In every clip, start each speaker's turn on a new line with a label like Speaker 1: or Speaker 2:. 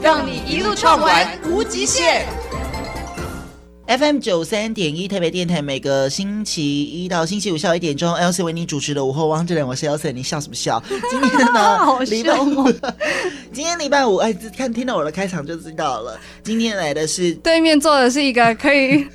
Speaker 1: 让你一路畅玩无极限。
Speaker 2: FM 九三点一台北电台，每个星期一到星期五下午一点钟，LC 为你主持的午后汪志良，我是 LC，你笑什么笑？ 今天呢
Speaker 1: 好，
Speaker 2: 礼拜
Speaker 1: 凶
Speaker 2: 五
Speaker 1: 哦，
Speaker 2: 今天礼拜五，哎，看听到我的开场就知道了。今天来的是
Speaker 1: 对面坐的是一个可以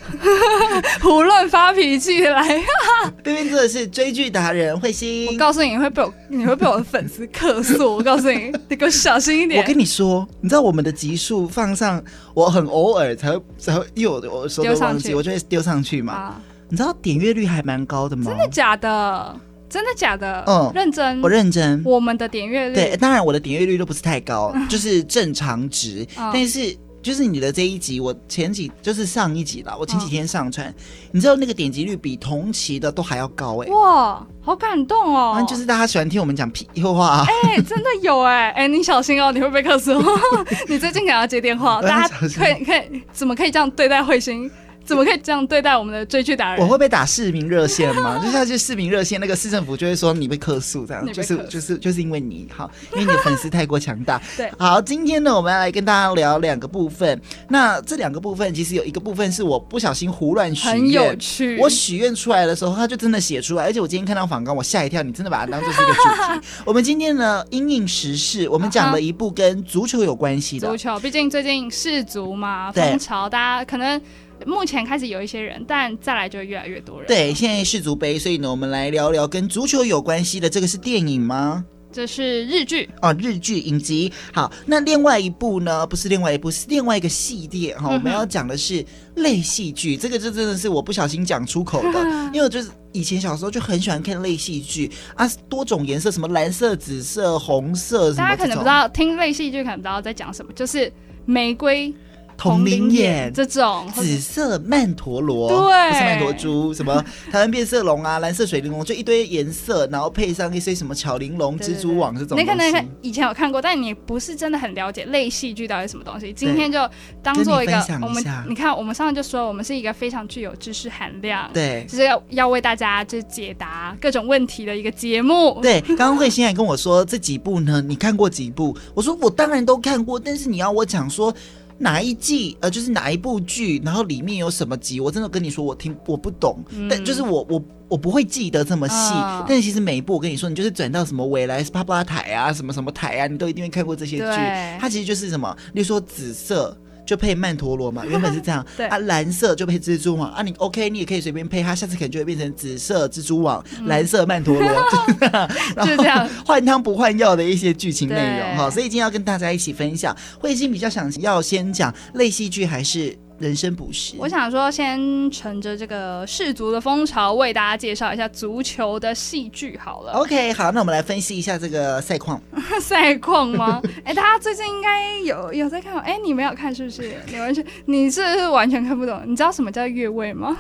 Speaker 1: 胡乱发脾气来，
Speaker 2: 对面坐的是追剧达人慧
Speaker 1: 我
Speaker 2: 心。
Speaker 1: 告诉你，你会被我，你会被我的粉丝客诉。我告诉你，你给我小心一点。
Speaker 2: 我跟你说，你知道我们的集数放上，我很偶尔才会才会，因为我我说
Speaker 1: 丢
Speaker 2: 都
Speaker 1: 上
Speaker 2: 忘记，
Speaker 1: 去
Speaker 2: 我就会丢上去嘛。
Speaker 1: 啊，
Speaker 2: 你知道点阅率还蛮高的吗？
Speaker 1: 真的假的？真的假的？
Speaker 2: 嗯
Speaker 1: 认真。
Speaker 2: 我认真。
Speaker 1: 我们的点阅率
Speaker 2: 对，当然我的点阅率都不是 太高，就是正常值。
Speaker 1: 嗯
Speaker 2: 但是就是你的这一集，我前几就是上一集啦，我前几
Speaker 1: 嗯
Speaker 2: 天上传，你知道那个点击率比同期的都还要高哎、
Speaker 1: 哇，好感动哦。
Speaker 2: 反正啊就是大家喜欢听我们讲屁话、啊。
Speaker 1: 哎、真的有哎、哎、你小心哦，你会被克死哦。 你最近给他接电话，
Speaker 2: 我要
Speaker 1: 大家
Speaker 2: 小心
Speaker 1: 可以可以怎么可以这样对待彗星？怎么可以这样对待我们的追剧达人？
Speaker 2: 我会被打市民热线 吗？就下去市民热线，那个市政府就会说你被客诉，这样
Speaker 1: 你被
Speaker 2: 就是
Speaker 1: 客诉
Speaker 2: 就是就是因为你好，因为你的粉丝太过强大。
Speaker 1: 对
Speaker 2: 好，今天呢，我们要来跟大家聊两个部分。那这两个部分其实有一个部分是我不小心胡乱许
Speaker 1: 很有
Speaker 2: 愿，
Speaker 1: 趣。
Speaker 2: 我许愿出来的时候，他就真的写出来，而且我今天看到访纲，我吓一跳，你真的把它当做是一个主 题。我们今天呢，因应时事，我们讲了一部跟足球有关系
Speaker 1: 嗯
Speaker 2: 的
Speaker 1: 足，球，毕竟最近世足嘛，
Speaker 2: 对
Speaker 1: 风潮，大家可能目前开始有一些人，但再来就会越来越多人。，
Speaker 2: 对，现在世足杯，所以呢，我们来聊聊跟足球有关系的，这个是电影吗？
Speaker 1: 这是日剧，
Speaker 2: 哦，日剧影集。好，那另外一部呢？不是另外一部，是另外一个系列哈、我
Speaker 1: 嗯哼
Speaker 2: 们要讲的是类戏剧，这个就真的是我不小心讲出口
Speaker 1: 嗯
Speaker 2: 的，因为我就是以前小时候就很喜欢看类戏剧啊，多种颜色，什么蓝色、紫色、红色，什
Speaker 1: 大家
Speaker 2: 么这
Speaker 1: 可能
Speaker 2: 种
Speaker 1: 不知道，听类戏剧可能不知道在讲什么，就是玫瑰
Speaker 2: 同
Speaker 1: 龄
Speaker 2: 龄眼。
Speaker 1: 这种，或者
Speaker 2: 紫色曼陀罗，
Speaker 1: 对
Speaker 2: 不是曼陀珠，什么台湾变色龙啊，蓝色水玲珑，就一堆颜色，然后配上一些什么巧玲珑、
Speaker 1: 对对
Speaker 2: 蜘蛛网这种东
Speaker 1: 你
Speaker 2: 西。
Speaker 1: 可能看以前有看过，但你不是真的很了解类戏剧到底是什么东西。今天就当做个
Speaker 2: 跟你分享一
Speaker 1: 我们
Speaker 2: 下，
Speaker 1: 你看我们上次就说我们是一个非常具有知识含量，，
Speaker 2: 对，
Speaker 1: 就是要要为大家就是解答各种问题的一个节目。
Speaker 2: 对，刚刚慧心还跟我说这几部呢，你看过几部？我说我当然都看过，但是你要我讲说哪一季，呃，就是哪一部剧，然后里面有什么集，我真的跟你说我听我不懂，但就是我我。我不会记得这么细，
Speaker 1: 嗯
Speaker 2: 但其实每一部我跟你说，你就是转到什么未来帕布拉台啊，什么什么台啊，你都一定会看过这些剧
Speaker 1: 对。，
Speaker 2: 它其实就是什么，例如说紫色就配曼陀罗嘛，原本是这样
Speaker 1: 对
Speaker 2: 啊，蓝色就配蜘蛛网啊你，OK，你也可以随便配它，下次可能就会变成紫色蜘蛛网、蓝色 曼陀罗，就是这样然后
Speaker 1: 嗯就这样
Speaker 2: 换汤不换药的一些剧情内容
Speaker 1: 对
Speaker 2: 哈，所以今天要跟大家一起分享。慧心比较想要先讲类戏剧还是人生捕食？
Speaker 1: 我想说，先乘着这个世足的风潮，为大家介绍一下足球的戏剧好了。
Speaker 2: OK，好，那我们来分析一下这个赛况。
Speaker 1: 赛况吗？ 哎、大家最近应该有有在看吗？哎、你没有看是不是？你完全你是不是完全看不懂？你知道什么叫越位吗？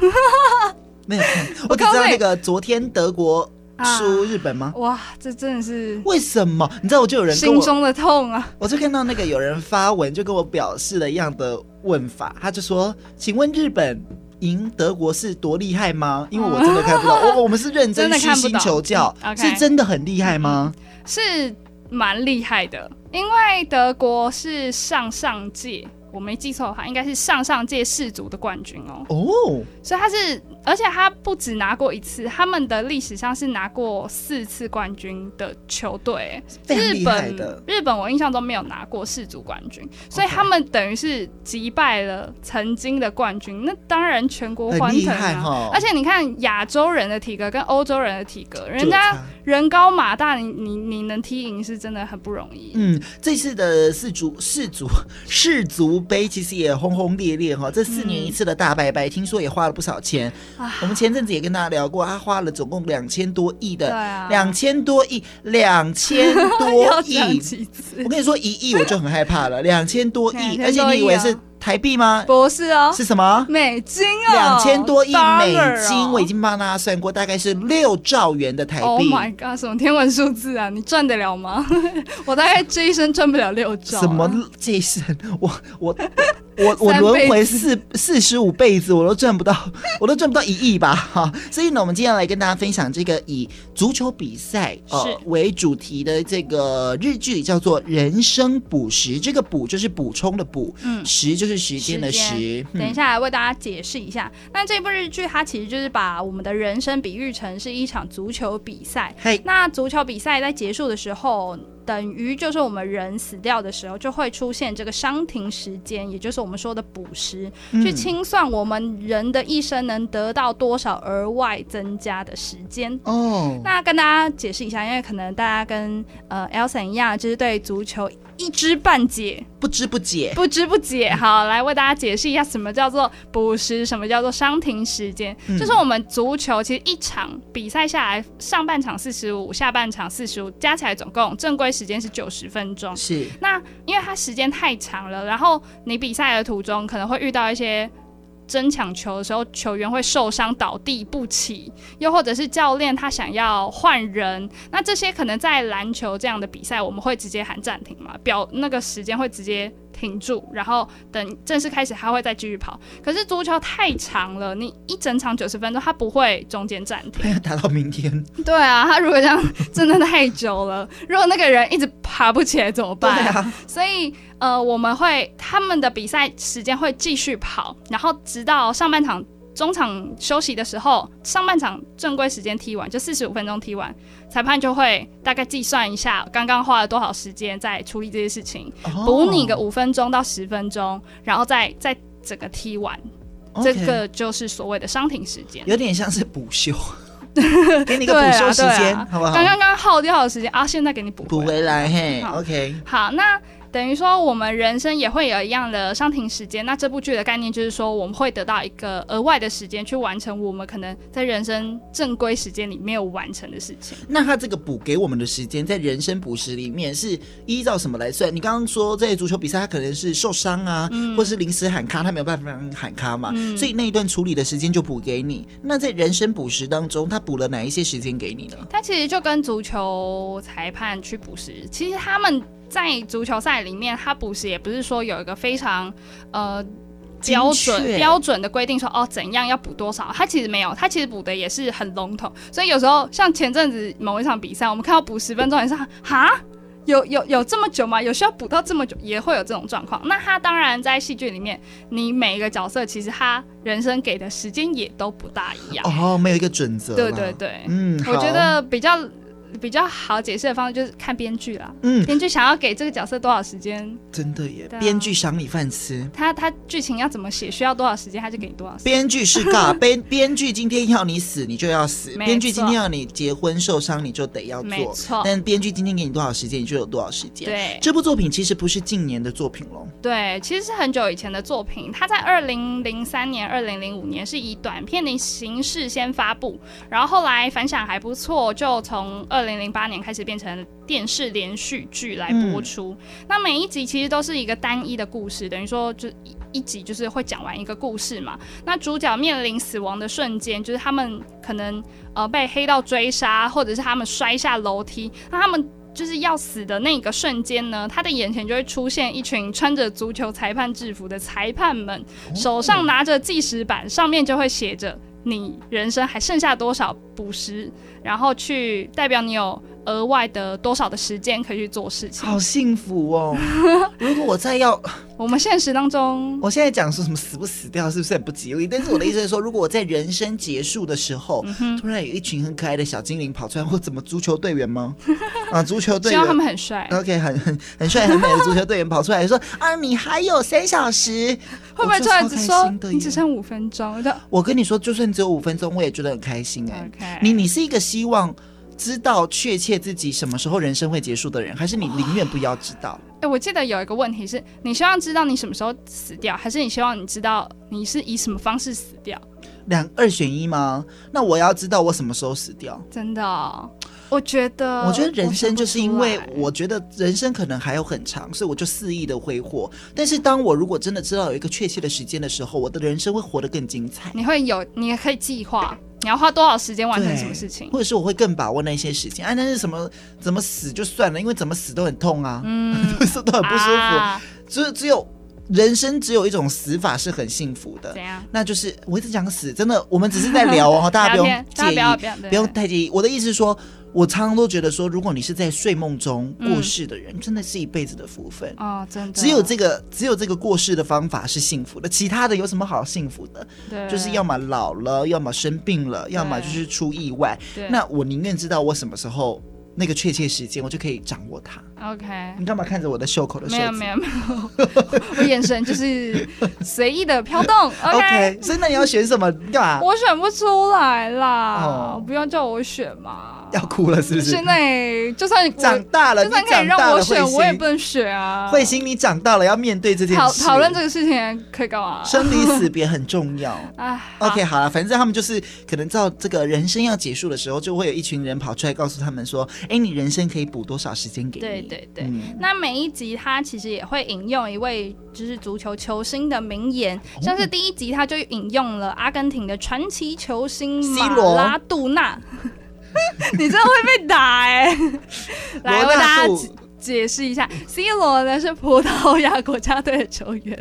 Speaker 2: 没 有看，我只
Speaker 1: 告
Speaker 2: 知
Speaker 1: 诉
Speaker 2: 道
Speaker 1: 你
Speaker 2: 那个昨天德国
Speaker 1: 啊
Speaker 2: 输日本吗？
Speaker 1: 哇，这真的是
Speaker 2: 为什么？你知道我就有人跟
Speaker 1: 心
Speaker 2: 我，
Speaker 1: 中的痛啊！
Speaker 2: 我就看到那个有人发文，就跟我表示了一样的问法，他就说：“请问日本赢德国是多厉 害吗？”因为我真的看不懂，我我们是认
Speaker 1: 真的
Speaker 2: 虚
Speaker 1: 看不
Speaker 2: 心
Speaker 1: 懂
Speaker 2: 求教，
Speaker 1: 嗯，OK 嗯
Speaker 2: 是真的很厉害吗？
Speaker 1: 是蛮厉害的，因为德国是上上届，我没记错的话，应该是上上届世足的冠军哦。
Speaker 2: 哦，
Speaker 1: 所以他是，而且他不止拿过一次，他们的历史上是拿过四次冠军的球队。
Speaker 2: 非常
Speaker 1: 日
Speaker 2: 厉害
Speaker 1: 本
Speaker 2: 的，
Speaker 1: 日本我印象中没有拿过世足冠军，所以
Speaker 2: OK
Speaker 1: 他们等于是击败了曾经的冠军。那当然全国
Speaker 2: 很
Speaker 1: 欢
Speaker 2: 厉
Speaker 1: 腾
Speaker 2: 害
Speaker 1: 啊！
Speaker 2: 哈。
Speaker 1: 而且你看亚洲人的体格跟欧洲人的体格，
Speaker 2: 就有
Speaker 1: 人家
Speaker 2: 差
Speaker 1: 人高马大，你你你能踢赢是真的很不容易。
Speaker 2: 嗯，这次的世足世足世足杯其实也轰轰烈烈哈，这四年一次的大拜拜，听说也花了不少钱。
Speaker 1: 嗯啊
Speaker 2: 我们前阵子也跟大家聊过，他花了总共两千多亿的
Speaker 1: 对，啊
Speaker 2: 两千、多亿，两千 多
Speaker 1: 要讲
Speaker 2: 亿。
Speaker 1: 几次
Speaker 2: 我？跟你说，一亿我就很害怕了，两千多亿，
Speaker 1: 2000
Speaker 2: 而且你以
Speaker 1: 多亿
Speaker 2: 为
Speaker 1: 啊
Speaker 2: 是台币吗？
Speaker 1: 不是哦，
Speaker 2: 是什么？
Speaker 1: 美金哦，
Speaker 2: 两千多亿美
Speaker 1: dollar
Speaker 2: 金，
Speaker 1: 哦
Speaker 2: 我已经帮大家算过，大概是六兆元的台
Speaker 1: Oh
Speaker 2: 币。
Speaker 1: my god！什么天文数字啊？你赚得了吗？ 我大概这一生赚不了六兆、啊。
Speaker 2: 什么？这一生，我 我我我
Speaker 1: 三
Speaker 2: 轮回
Speaker 1: 辈子
Speaker 2: 四四十五辈子，我都赚不到，我都赚不到一亿吧？哈，所以呢，我们今天来跟大家分享这个以足球比赛呃
Speaker 1: 是
Speaker 2: 为主题的这个日剧，叫做《人生补时》。这个补就是补充的补，
Speaker 1: 嗯
Speaker 2: 时就是时间的
Speaker 1: 时
Speaker 2: 时。
Speaker 1: 等一
Speaker 2: 嗯
Speaker 1: 下来为大家解释一下。那这部日剧它其实就是把我们的人生比喻成是一场足球比赛。
Speaker 2: 嘿，
Speaker 1: 那足球比赛在结束的时候，等于就是我们人死掉的时候，就会出现这个伤停时间，也就是我们说的补时，
Speaker 2: 嗯
Speaker 1: 去清算我们人的一生能得到多少额外增加的时间。
Speaker 2: 哦，
Speaker 1: 那跟大家解释一下，因为可能大家跟呃 Elson 一样，就是对足球一知半解，
Speaker 2: 不知不解。
Speaker 1: 不知不解。好，来为大家解释一下什么叫做补时，什么叫做伤停时间。就是我们足球其实一场比赛下来，上半场四十五，下半场四十五，加起来总共正规时间是九十分钟。
Speaker 2: 是，
Speaker 1: 那因为它时间太长了，然后你比赛的途中可能会遇到一些争抢球的时候，球员会受伤倒地不起，又或者是教练他想要换人，那这些可能在篮球这样的比赛，我们会直接喊暂停嘛，表那个时间会直接。停住，然后等正式开始，他会再继续跑。可是足球太长了，你一整场九十分钟，他不会中间暂停。
Speaker 2: 啊打到明天。
Speaker 1: 对啊，他如果这样真的太久 了，如果那个人一直爬不起来怎么
Speaker 2: 对
Speaker 1: 办？
Speaker 2: 啊，
Speaker 1: 所以呃，我们会他们的比赛时间会继续跑，然后直到上半场。中场休息的时候，上半场正规时间踢完，就四十五分钟踢完，裁判就会大概计算一下刚刚花了多少时间在处理这些事情，
Speaker 2: 哦
Speaker 1: 补你个五分钟到十分钟，然后再再整个踢完
Speaker 2: 哦
Speaker 1: 这
Speaker 2: OK
Speaker 1: 个就是所谓的伤停时间。
Speaker 2: 有点像是补 休，给你一个补休时
Speaker 1: 对啊对
Speaker 2: 间，
Speaker 1: 啊
Speaker 2: 好不好？
Speaker 1: 刚刚刚耗掉的时间啊，现在给你补
Speaker 2: 补
Speaker 1: 来
Speaker 2: 回来，嘿
Speaker 1: 好
Speaker 2: ，OK，
Speaker 1: 好，那等于说我们人生也会有一样的上庭时间。那这部剧的概念就是说，我们会得到一个额外的时间去完成我们可能在人生正规时间里没有完成的事情。
Speaker 2: 那他这个补给我们的时间，在人生补时里面是依照什么来算？你刚刚说在足球比赛，他可能是受伤啊，
Speaker 1: 嗯
Speaker 2: 或是临时喊卡，他没有办法让你喊卡嘛，所以那一段处理的时间就补给你。那在人生补时当中，他补了哪一些时间给你呢？
Speaker 1: 它其实就跟足球裁判去补时，其实他们在足球赛里面，他补时也不是说有一个非常呃。
Speaker 2: 精
Speaker 1: 标
Speaker 2: 确
Speaker 1: 准标准的规定说哦怎样要补多少，他其实没有，他其实补的也是很笼统，所以有时候像前阵子某一场比赛，我们看到补十分钟，也是哈有有有这么久吗？有需要补到这么久，也会有这种状况。那他当然在戏剧里面，你每一个角色其实他人生给的时间也都不大一样，
Speaker 2: 哦，没有一个准则。
Speaker 1: 对对，对，
Speaker 2: 嗯，
Speaker 1: 我
Speaker 2: 好
Speaker 1: 觉得比较比较好解释的方式就是看编剧啦。
Speaker 2: 嗯
Speaker 1: 编剧想要给这个角色多少时间，
Speaker 2: 真的耶
Speaker 1: 对，啊
Speaker 2: 编剧赏你饭吃。
Speaker 1: 他他剧情要怎么写，需要多少时间，他就给你多少时间。
Speaker 2: 编剧是尬， 编编剧今天要你死，你就要死；
Speaker 1: 没
Speaker 2: 编剧今
Speaker 1: 错
Speaker 2: 天要你结婚受伤，你就得要做。
Speaker 1: 没错
Speaker 2: 但编剧今天给你多少时间，你就有多少时间。
Speaker 1: 对
Speaker 2: 这部作品其实不是近年的作品喽。
Speaker 1: 对，其实是很久以前的作品，它在二零零三年、二零零五年是以短片的形式先发布，然后后来反响还不错，就从二零零八年开始变成电视连续剧来播出。那每一集其实都是一个单一的故事，等于说就一一集就是会讲完一个故事嘛。那主角面临死亡的瞬间，就是他们可能呃被黑道追杀，或者是他们摔下楼梯，那他们。就是要死的那个瞬间呢，他的眼前就会出现一群穿着足球裁判制服的裁判们，
Speaker 2: 哦
Speaker 1: 手上拿着计时板，上面就会写着你人生还剩下多少补时，然后去代表你有额外的多少的时间可以去做事情。
Speaker 2: 好幸福 哦！如果我再要，
Speaker 1: 我们现实当中，
Speaker 2: 我现在讲说什么死不死掉，是不是很不吉利？但是我的意思是说，如果我在人生结束的时候，
Speaker 1: 嗯
Speaker 2: 突然有一群很可爱的小精灵跑出来，或怎么足球队员吗？啊，足球队
Speaker 1: 希
Speaker 2: 员
Speaker 1: 望他们很帅，
Speaker 2: OK，很很很帅很美的足球队员跑出来说：“啊，你还有三小时，
Speaker 1: 会不会
Speaker 2: 我
Speaker 1: 突
Speaker 2: 就超
Speaker 1: 然只
Speaker 2: 开
Speaker 1: 说
Speaker 2: 心的
Speaker 1: 你只
Speaker 2: 耶
Speaker 1: 剩五分钟？我就
Speaker 2: 我跟你说，就算只有五分钟，我也觉得很开心哎、
Speaker 1: OK
Speaker 2: 你你是一个希望知道确切自己什么时候人生会结束的人，还是你宁愿不要知道？
Speaker 1: 哎，我记得有一个问题是，你希望知道你什么时候死掉，还是你希望你知道你是以什么方式死掉？
Speaker 2: 两二选一吗？那我要知道我什么时候死掉。
Speaker 1: 真的哦、我觉得，
Speaker 2: 我觉得人生就是因为
Speaker 1: 呃我想不出来
Speaker 2: 我觉得人生可能还有很长，所以我就肆意的挥霍。但是当我如果真的知道有一个确切的时间的时候，我的人生会活得更精彩。
Speaker 1: 你会有，你也可以计划，你要花多少时间完成什么事情
Speaker 2: 或。者是我会更把握那些事情。哎、啊，那是什么？怎么死就算了，因为怎么死都很痛啊，
Speaker 1: 嗯，
Speaker 2: 死都很不舒服。
Speaker 1: 啊
Speaker 2: 只只有人生只有一种死法是很幸福的
Speaker 1: 怎，样？
Speaker 2: 那就是我一直讲死，真的，我们只是在 聊哦，大家不用
Speaker 1: 聊天大家
Speaker 2: 介意，
Speaker 1: 不要不要对
Speaker 2: 不用太介意。我的意思是说，我常常都觉得说，如果你是在睡梦中
Speaker 1: 嗯
Speaker 2: 过世的人，真的是一辈子的福分。
Speaker 1: 哦，真的，
Speaker 2: 只有这个，只有这个过世的方法是幸福的，其他的有什么好幸福的？
Speaker 1: 对，
Speaker 2: 就是要么老了，要么生病了，要么就是出意外。
Speaker 1: 对
Speaker 2: 那我宁愿知道我什么时候那个确切时间，我就可以掌握它。
Speaker 1: OK。
Speaker 2: 你干嘛看着我的袖口的袖
Speaker 1: 哎没
Speaker 2: 子？
Speaker 1: 有没有没有， 我眼神就是随意的飘动。
Speaker 2: OK，所以那你要选什么？你干嘛？
Speaker 1: 我选不出来啦，
Speaker 2: 啊哦
Speaker 1: 不要叫我选嘛。
Speaker 2: 要哭了是不是？
Speaker 1: 现在就算我
Speaker 2: 长大了，
Speaker 1: 就算
Speaker 2: 你
Speaker 1: 可以
Speaker 2: 长
Speaker 1: 让
Speaker 2: 大
Speaker 1: 我
Speaker 2: 了，
Speaker 1: 选，我也
Speaker 2: 慧
Speaker 1: 不
Speaker 2: 心。
Speaker 1: 能选啊。
Speaker 2: 慧心，你长大了，要面对这件
Speaker 1: 讨
Speaker 2: 事。
Speaker 1: 讨论这个事情可以干嘛？
Speaker 2: 生离死别很 重要。
Speaker 1: 哎
Speaker 2: OK，好了，反正他们就是可能到这个人生要结束的时候，就会有一群人跑出来告诉他们说：“哎、你人生可以补多少时间给你？”
Speaker 1: 对对对
Speaker 2: 嗯
Speaker 1: 那每一集他其实也会引用一位就是足球球星的名言，
Speaker 2: 哦
Speaker 1: 像是第一集他就引用了阿根廷的传奇球星
Speaker 2: C
Speaker 1: 马
Speaker 2: 罗
Speaker 1: 拉杜纳。 你真的会被打 哎、来
Speaker 2: 罗
Speaker 1: 为大
Speaker 2: 纳
Speaker 1: 家
Speaker 2: 度
Speaker 1: 解解释一下，C 罗呢是葡萄牙国家队的球 员，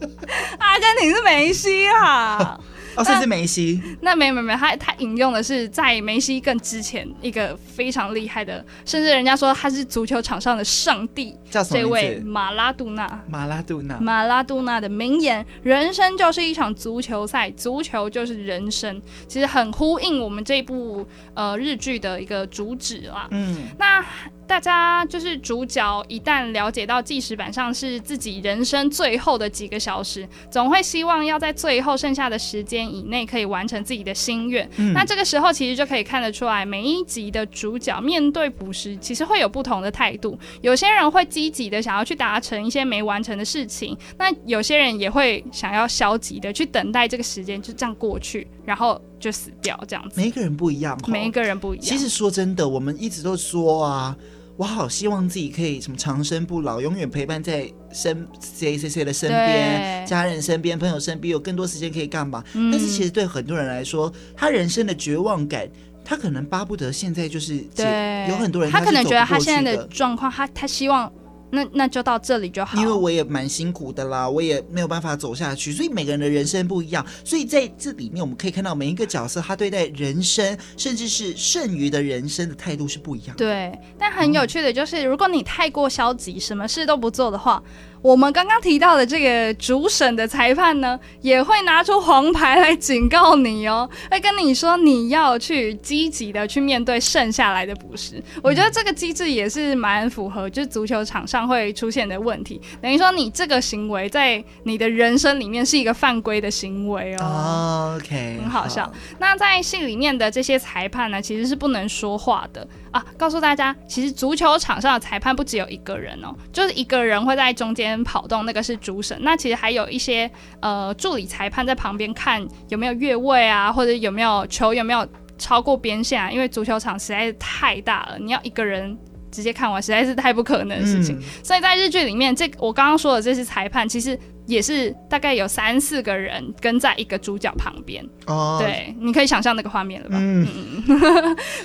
Speaker 1: 阿根廷是梅西啊。
Speaker 2: 哦，甚至梅西，
Speaker 1: 那没没没，他他引用的是在梅西更之前一个非常厉害的，甚至人家说他是足球场上的上帝，
Speaker 2: 叫什 么
Speaker 1: 这位
Speaker 2: 名字
Speaker 1: 马拉杜纳。
Speaker 2: 马拉杜纳。
Speaker 1: 马拉杜纳的名言：“人生就是一场足球赛，足球就是人生。”其实很呼应我们这部呃日剧的一个主旨啊啦。
Speaker 2: 嗯，
Speaker 1: 那大家就是主角一旦了解到计时板上是自己人生最后的几个小时，总会希望要在最后剩下的时间以内可以完成自己的心愿。
Speaker 2: 嗯
Speaker 1: 那这个时候其实就可以看得出来，每一集的主角面对捕食，其实会有不同的态度。有些人会积极的想要去达成一些没完成的事情，那有些人也会想要消极的去等待这个时间就这样过去，然后就死掉这样子。
Speaker 2: 每一个人不一样哦，
Speaker 1: 每一个人不一样。
Speaker 2: 其实说真的，我们一直都说啊，我好希望自己可以什么长生不老，永远陪伴在身谁谁谁的身边，
Speaker 1: 对
Speaker 2: 家人身边、朋友身边，有更多时间可以干嘛？
Speaker 1: 嗯
Speaker 2: 但是其实对很多人来说，他人生的绝望感。他可能巴不得现在就是解
Speaker 1: 对，
Speaker 2: 有很多人
Speaker 1: 他可
Speaker 2: 是
Speaker 1: 能
Speaker 2: 走
Speaker 1: 觉得
Speaker 2: 不过
Speaker 1: 他现在
Speaker 2: 去
Speaker 1: 的状况，他他希望那那就到这里就好，
Speaker 2: 因为我也蛮辛苦的啦，我也没有办法走下去，所以每个人的人生不一样，所以在这里面我们可以看到每一个角色他对待人生，甚至是剩余的人生的态度是不一样的。
Speaker 1: 对。但很有趣的
Speaker 2: 嗯
Speaker 1: 就是，如果你太过消极，什么事都不做的话，我们刚刚提到的这个主审的裁判呢，也会拿出黄牌来警告你哦，会跟你说你要去积极的去面对剩下来的捕食。我
Speaker 2: 嗯
Speaker 1: 觉得这个机制也是蛮符合，就是足球场上会出现的问题。等于说，你这个行为在你的人生里面是一个犯规的行为哦。
Speaker 2: 啊 OK，
Speaker 1: 嗯很好笑。那在戏里面的这些裁判呢，其实是不能说话的啊。告诉大家，其实足球场上的裁判不只有一个人哦，就是一个人会在中间跑动，那个是主审。那其实还有一些呃助理裁判在旁边看有没有越位啊，或者有没有球有没有超过边线啊，因为足球场实在是太大了，你要一个人。直接看完实在是太不可能的事情，
Speaker 2: 嗯
Speaker 1: 所以在日剧里面，这我刚刚说的这些裁判，其实也是大概有三四个人跟在一个主角旁边，
Speaker 2: 哦，，
Speaker 1: 对，你可以想象那个画面了吧？
Speaker 2: 嗯，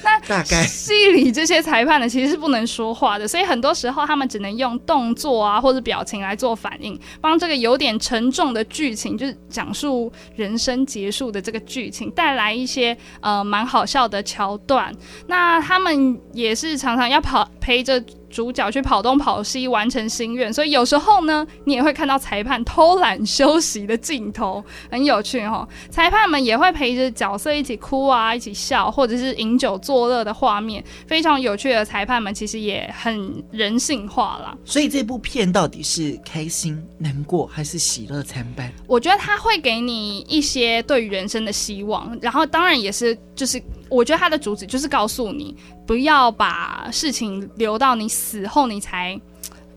Speaker 2: 大概
Speaker 1: 戏里这些裁判呢，其实是不能说话的，所以很多时候他们只能用动作啊或者表情来做反应，帮这个有点沉重的剧情，就是讲述人生结束的这个剧情，带来一些呃蛮好笑的桥段。那他们也是常常要跑陪着。主角去跑东跑西完成心愿，所以有时候呢，你也会看到裁判偷懒休息的镜头，很有趣哦。裁判们也会陪着角色一起哭啊，一起笑，或者是饮酒作乐的画面，非常有趣的裁判们其实也很人性化啦。
Speaker 2: 所以这部片到底是开心、难过还是喜乐参半？
Speaker 1: 我觉得他会给你一些对于人生的希望，然后当然也是就是我觉得它的主旨就是告诉你，不要把事情留到你死后你才。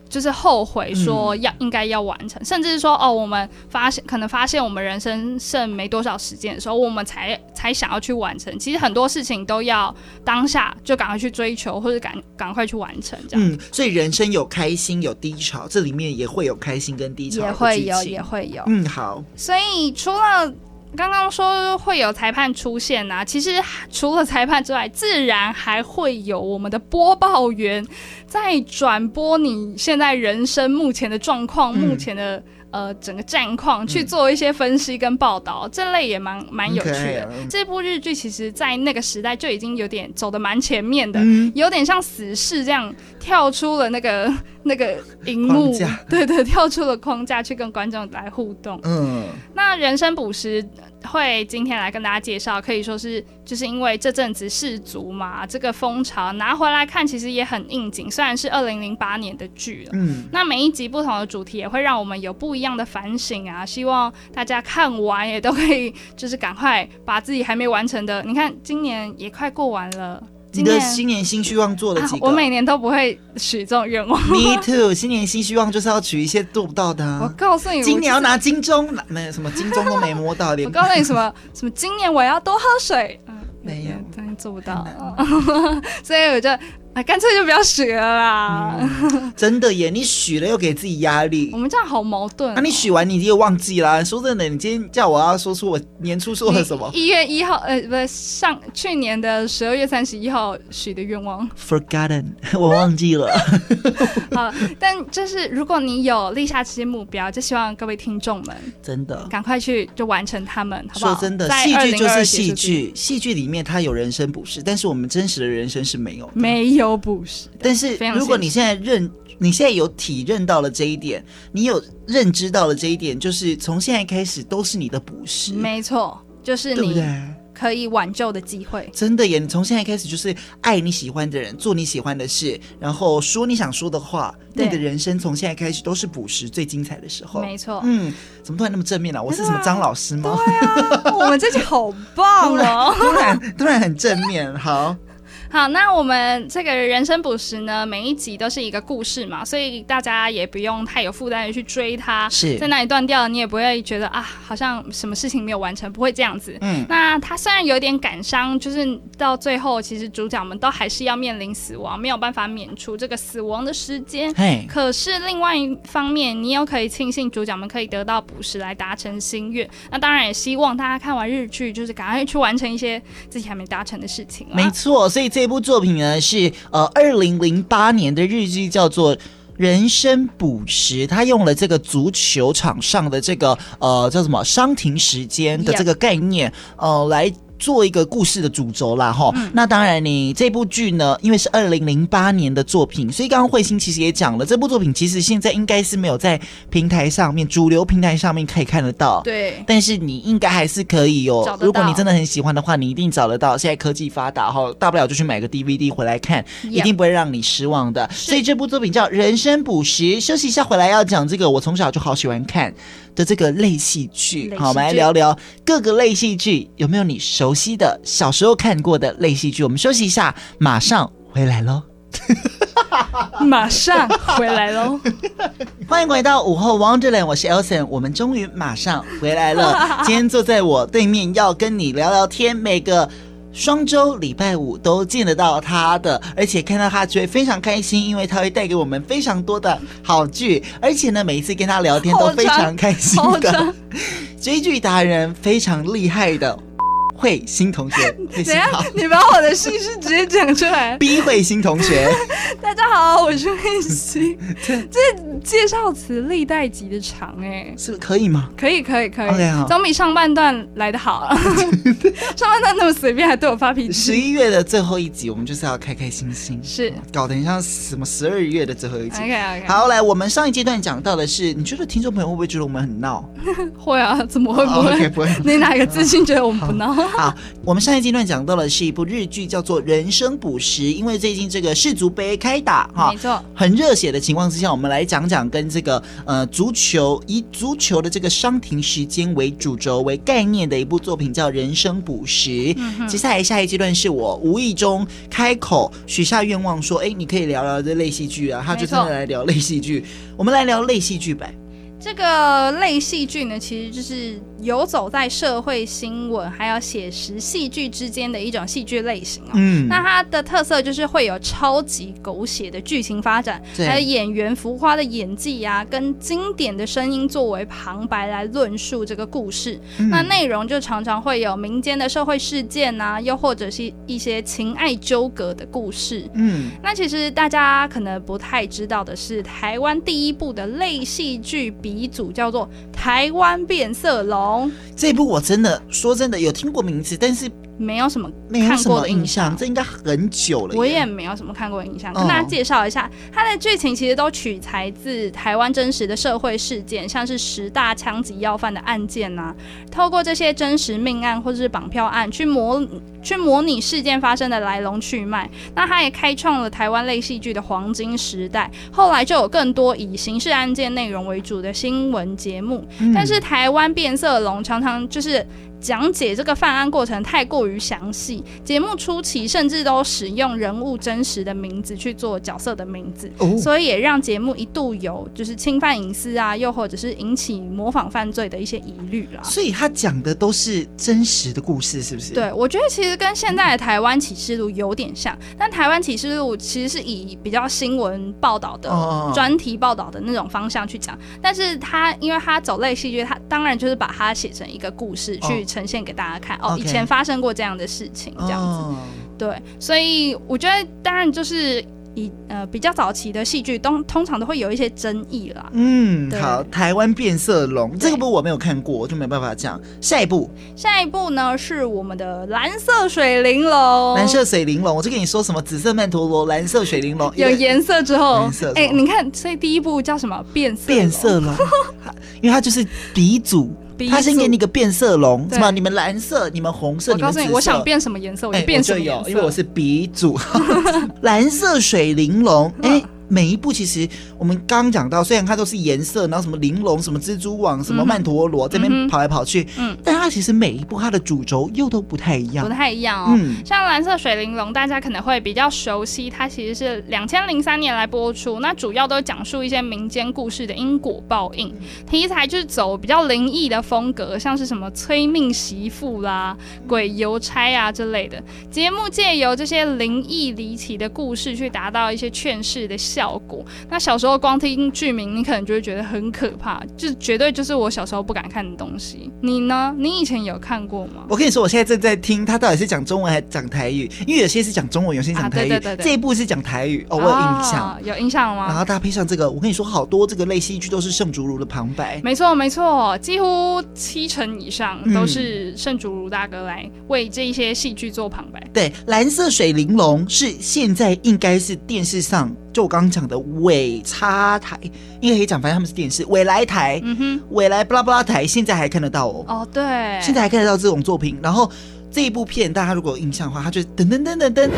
Speaker 1: 就是后悔说要、应该要完成，甚至是说哦，我们发现可能发现我们人生剩没多少时间的时候，我们才才想要去完成。其实很多事情都要当下就赶快去追求，或者赶赶快去完成这样。
Speaker 2: 嗯，所以人生有开心有低潮，这里面也会有开心跟低潮的
Speaker 1: 也会
Speaker 2: 剧
Speaker 1: 有，
Speaker 2: 情
Speaker 1: 也会有。
Speaker 2: 嗯，好，
Speaker 1: 所以除了刚刚说会有裁判出现啊，其实除了裁判之外，自然还会有我们的播报员在转播你现在人生目前的状况、
Speaker 2: 嗯
Speaker 1: 目前的呃整个战况，去做一些分析跟报道，这类也蛮蛮有趣
Speaker 2: 很可爱
Speaker 1: 的
Speaker 2: 啊嗯。
Speaker 1: 这部日剧其实，在那个时代就已经有点走的蛮前面的，
Speaker 2: 嗯，
Speaker 1: 有点像死侍这样跳出了那个 那个荧幕
Speaker 2: 框架，
Speaker 1: 对对，跳出了框架去跟观众来互动。
Speaker 2: 嗯，
Speaker 1: 那人生捕食会今天来跟大家介绍，可以说是就是因为这阵子世足嘛，这个风潮拿回来看，其实也很应景。虽然是二零零八年的剧了，
Speaker 2: 嗯，
Speaker 1: 那每一集不同的主题也会让我们有不一样的反省啊。希望大家看完也都可以，就是赶快把自己还没完成的，你看今年也快过完了，
Speaker 2: 你
Speaker 1: 今
Speaker 2: 的
Speaker 1: 年。
Speaker 2: 新年新希望做了
Speaker 1: 啊
Speaker 2: 几个？
Speaker 1: 我每年都不会许这种愿望。
Speaker 2: Me too，新年新希望就是要取一些做不到的、
Speaker 1: 我
Speaker 2: 啊。
Speaker 1: 告诉你，
Speaker 2: 今年要
Speaker 1: 我就是
Speaker 2: 拿金钟，拿没有什么金钟都没摸到，连
Speaker 1: 我告诉你什么什么，今年我要多喝水，嗯，
Speaker 2: 没有
Speaker 1: 真的做不到
Speaker 2: 太，
Speaker 1: 所以我就啊，干脆就不要学了
Speaker 2: 嗯
Speaker 1: 啦。
Speaker 2: 真的耶！你许了又给自己压力
Speaker 1: 我，们这样好矛盾哦、
Speaker 2: 那、你许完你又忘记啦。说真的，你今天叫我要说出我年初说了什么
Speaker 1: 你一月一号，呃，不是上去年的十二月三十一号许的愿望。
Speaker 2: ，forgotten，我 忘记了。
Speaker 1: 好，但就是如果你有立下这些目标，就希望各位听众们
Speaker 2: 真的，
Speaker 1: 赶快去就完成他们，好不好？
Speaker 2: 哦说真的，
Speaker 1: 在
Speaker 2: 戏剧
Speaker 1: 2022结
Speaker 2: 就是
Speaker 1: 束
Speaker 2: 戏
Speaker 1: 之前，
Speaker 2: 剧，戏剧里面它有人生不是，但是我们真实的人生是没有的。
Speaker 1: 没有补时。
Speaker 2: 但是
Speaker 1: 非常
Speaker 2: 如果
Speaker 1: 现
Speaker 2: 你现在认，你现在有体认到了这一点，你有认知到了这一点，就是从现在开始都是你的补食，
Speaker 1: 没错，就是
Speaker 2: 对不
Speaker 1: 你
Speaker 2: 对？
Speaker 1: 可以挽救的机会。
Speaker 2: 真的耶！你从现在开始就是爱你喜欢的人，做你喜欢的事，然后说你想说的话。那
Speaker 1: 对
Speaker 2: 你的人生从现在开始都是补食最精彩的时候。
Speaker 1: 没错，啊
Speaker 2: 嗯，怎么突然那么正面啊了、我是什么张老师吗？
Speaker 1: 我们这集好棒哦
Speaker 2: 突然！ 突然突然很正面。好，
Speaker 1: 好，那我们这个人生捕食呢，每一集都是一个故事嘛，所以大家也不用太有负担的去追它，
Speaker 2: 是
Speaker 1: 在那里断掉了，你也不会觉得啊，好像什么事情没有完成，不会这样子。
Speaker 2: 嗯
Speaker 1: 那它虽然有点感伤，就是到最后，其实主角们都还是要面临死亡，没有办法免除这个死亡的时 间。
Speaker 2: 嘿，
Speaker 1: 可是另外一方面，你又可以庆幸主角们可以得到捕食来达成心愿。那当然也希望大家看完日剧，就是赶快去完成一些自己还没达成的事情啦。
Speaker 2: 没错，所以这部作品呢是呃二零零八年的日剧，叫做。人生补时，他用了这个足球场上的这个呃叫什么伤停时间的
Speaker 1: Yep
Speaker 2: 这个概念，呃，来做一个故事的主轴啦哈。那当然，你这部剧呢，因为是二零零八年的作品，所以刚刚慧心其实也讲了，这部作品其实现在应该是没有在平台上面主流平台上面可以看得到。
Speaker 1: 对，
Speaker 2: 但是你应该还是可以
Speaker 1: 找
Speaker 2: 哦
Speaker 1: 得。到
Speaker 2: 如果你真的很喜欢的话，你一定找得到。现在科技发达哈，大不了就去买个 DVD 回来看
Speaker 1: Yep
Speaker 2: 一定不会让你失望的。所以这部作品叫《人生补时》，休息一下回来要讲这个我从小就好喜欢看的这个类戏剧。
Speaker 1: 类
Speaker 2: 好，我们
Speaker 1: 戏
Speaker 2: 来
Speaker 1: 剧
Speaker 2: 聊聊各个类戏剧有没有你熟悉的、小时候看过的类戏剧。我们休息一下，马上回来喽。
Speaker 1: 马上回来喽。
Speaker 2: 欢迎回到午后 Wonderland，我是 Elson，我们终于马上回来了。今天坐在我对面，要跟你聊聊天。每个双周礼拜五都见得到他的，而且看到他就会非常开心，因为他会带给我们非常多的好剧，而且呢，每一次跟他聊天都非常开心
Speaker 1: 好
Speaker 2: 的
Speaker 1: 长。
Speaker 2: 追剧达人非常厉害的慧心同学，慧
Speaker 1: 等
Speaker 2: 心
Speaker 1: 一
Speaker 2: 好。
Speaker 1: 下，你把我的姓氏直接讲出来
Speaker 2: ，B 慧心同学。
Speaker 1: 大家好，我是慧 心。这介绍词历代级的长哎、
Speaker 2: 是不是可以吗？
Speaker 1: 可以可以可以
Speaker 2: OK，好
Speaker 1: 总比上半段来的好。啊 上半段那么随便，还对我发脾
Speaker 2: 十
Speaker 1: 气。
Speaker 2: 一月的最后一集，我们就是要开开心心，
Speaker 1: 是哎
Speaker 2: 搞得很像什么十二月的最后一集。
Speaker 1: OK OK，，
Speaker 2: 好，来，我们上一阶段讲到的是，你觉得听众朋友会不会觉得我们 很闹？
Speaker 1: 会啊，怎么会不
Speaker 2: 哦，OK，
Speaker 1: 会？
Speaker 2: 不 会。
Speaker 1: 你哪个自信觉得我们不闹？
Speaker 2: 好，我们上一阶段讲到的是一部日剧，叫做《人生补时》，因为最近这个世足杯开打哈
Speaker 1: 没，错，
Speaker 2: 很热血的情况之下，我们来讲讲享跟这个呃足球以足球的这个伤停时间为主轴为概念的一部作品，叫《人生捕食》。
Speaker 1: 嗯
Speaker 2: 接下来下一阶段是我无意中开口许下愿望，说：“哎，你可以聊聊这类戏剧啊。”他就
Speaker 1: 没
Speaker 2: 真
Speaker 1: 错
Speaker 2: 的来聊类戏剧，我们来聊类戏剧吧。
Speaker 1: 这个类戏剧呢，其实就是游走在社会新闻还有写实戏剧之间的一种戏剧类型哦。
Speaker 2: 嗯，
Speaker 1: 那它的特色就是会有超级狗血的剧情发展，
Speaker 2: 对
Speaker 1: 还有演员浮夸的演技呀、跟经典的声音作为旁白来论述这个故事。
Speaker 2: 嗯
Speaker 1: 那内容就常常会有民间的社会事件呐、又或者是一些情爱纠葛的故事。
Speaker 2: 嗯，
Speaker 1: 那其实大家可能不太知道的是，台湾第一部的类戏剧鼻祖叫做《台湾变色龙》，
Speaker 2: 这部我真的说真的有听过名字，但是
Speaker 1: 没有什么
Speaker 2: 没有
Speaker 1: 看
Speaker 2: 什
Speaker 1: 过
Speaker 2: 么嗯
Speaker 1: 的
Speaker 2: 印
Speaker 1: 印
Speaker 2: 象，
Speaker 1: 象。
Speaker 2: 这应该很久了耶。
Speaker 1: 我也没有什么看过的印象，
Speaker 2: 哦
Speaker 1: 跟大家介绍一下，它的剧情其实都取材自台湾真实的社会事件，像是十大枪击要犯的案件呐、透过这些真实命案或者是绑票案去模去模拟事件发生的来龙去脉。那它也开创了台湾类戏剧的黄金时代，后来就有更多以刑事案件内容为主的新闻节目，
Speaker 2: 嗯
Speaker 1: 但是台湾变色龙常常就是讲解这个犯案过程太过于详细，节目初期甚至都使用人物真实的名字去做角色的名字，
Speaker 2: 哦
Speaker 1: 所以也让节目一度有就是侵犯隐私啊，又或者是引起模仿犯罪的一些疑虑啦。
Speaker 2: 所以他讲的都是真实的故事，是不是？，
Speaker 1: 对，我觉得其实跟现在的台湾启示录有点像，但台湾启示录其实是以比较新闻报道的
Speaker 2: 哦
Speaker 1: 专题报道的那种方向去讲，但是它因为它走类戏剧，它当然就是把它写成一个故事
Speaker 2: 哦
Speaker 1: 去呈现给大家看。哦，
Speaker 2: OK
Speaker 1: 以前发生过这样的事情，这样子。
Speaker 2: 哦、
Speaker 1: 对，所以我觉得当然就是以呃比较早期的戏剧，通通常都会有一些争议啦。
Speaker 2: 嗯，
Speaker 1: 对
Speaker 2: 好，台湾变色龙这个
Speaker 1: 对
Speaker 2: 部我没有看过，我就没办法讲。下一部
Speaker 1: 下一部呢是我们的蓝色水玲珑，
Speaker 2: 蓝色水玲珑，我就跟你说什么紫色曼陀罗、蓝色水玲珑，
Speaker 1: 有
Speaker 2: 一个
Speaker 1: 颜色之后
Speaker 2: 哦颜色，之
Speaker 1: 哎、
Speaker 2: 后
Speaker 1: 你看，所以第一部叫什么？变色龙
Speaker 2: 变 色龙，因为它就是鼻祖
Speaker 1: 鼻。祖
Speaker 2: 他先给你一个变色龙，
Speaker 1: 对
Speaker 2: 什么？你们蓝色，你们红色，
Speaker 1: 我
Speaker 2: 你
Speaker 1: 告
Speaker 2: 们
Speaker 1: 诉
Speaker 2: 紫
Speaker 1: 你，
Speaker 2: 色。
Speaker 1: 我想变什么颜色，我
Speaker 2: 哎
Speaker 1: 就哦变什
Speaker 2: 我
Speaker 1: 么
Speaker 2: 就
Speaker 1: 颜
Speaker 2: 有，
Speaker 1: 色。
Speaker 2: 因为我是鼻 祖，蓝色水玲珑。
Speaker 1: 嗯
Speaker 2: 哎、每一部其实我们刚刚讲到，虽然它都是颜色，然后什么玲珑、什么蜘蛛网、什么曼陀罗、这边
Speaker 1: 嗯哼
Speaker 2: 跑来跑去，
Speaker 1: 嗯
Speaker 2: 但它其实每一部它的主轴又都不太一样
Speaker 1: 不。太一样哦。
Speaker 2: 嗯
Speaker 1: 像蓝色水玲珑，大家可能会比较熟悉，它其实是两千零三年来播出，那主要都讲述一些民间故事的因果报应，题材就是走比较灵异的风格，像是什么催命媳妇啦、鬼邮差啊之类的。节目借由这些灵异离奇的故事去达到一些劝世的效果。那小时候光听剧名，你可能就会觉得很可怕，就是绝对就是我小时候不敢看的东西。你呢？你以前有看过吗？
Speaker 2: 我跟你说，我现在正在听它到底是讲中文还是讲台语，因为有些是讲中文，有些是讲
Speaker 1: 啊
Speaker 2: 台语。
Speaker 1: 对对对对
Speaker 2: 这一部是讲台语，哦，我有印象。
Speaker 1: 啊有印象
Speaker 2: 然
Speaker 1: 吗？
Speaker 2: 后搭配上这个，我跟你说，好多这个类戏剧都是圣竹如的旁白。
Speaker 1: 没错，没错，几乎七成以上
Speaker 2: 嗯
Speaker 1: 都是圣主如大哥来为这一些戏剧做旁白。
Speaker 2: 对，蓝色水玲珑是现在应该是电视上，就我刚刚讲的尾插台，应该可以讲，反正他们是电视尾来台，
Speaker 1: 嗯哼，
Speaker 2: 尾来布拉布拉台，现在还看得到哦，
Speaker 1: 哦，对，
Speaker 2: 现在还看得到这种作品。然后这一部片，大家如果有印象的话，它就是噔噔噔噔噔，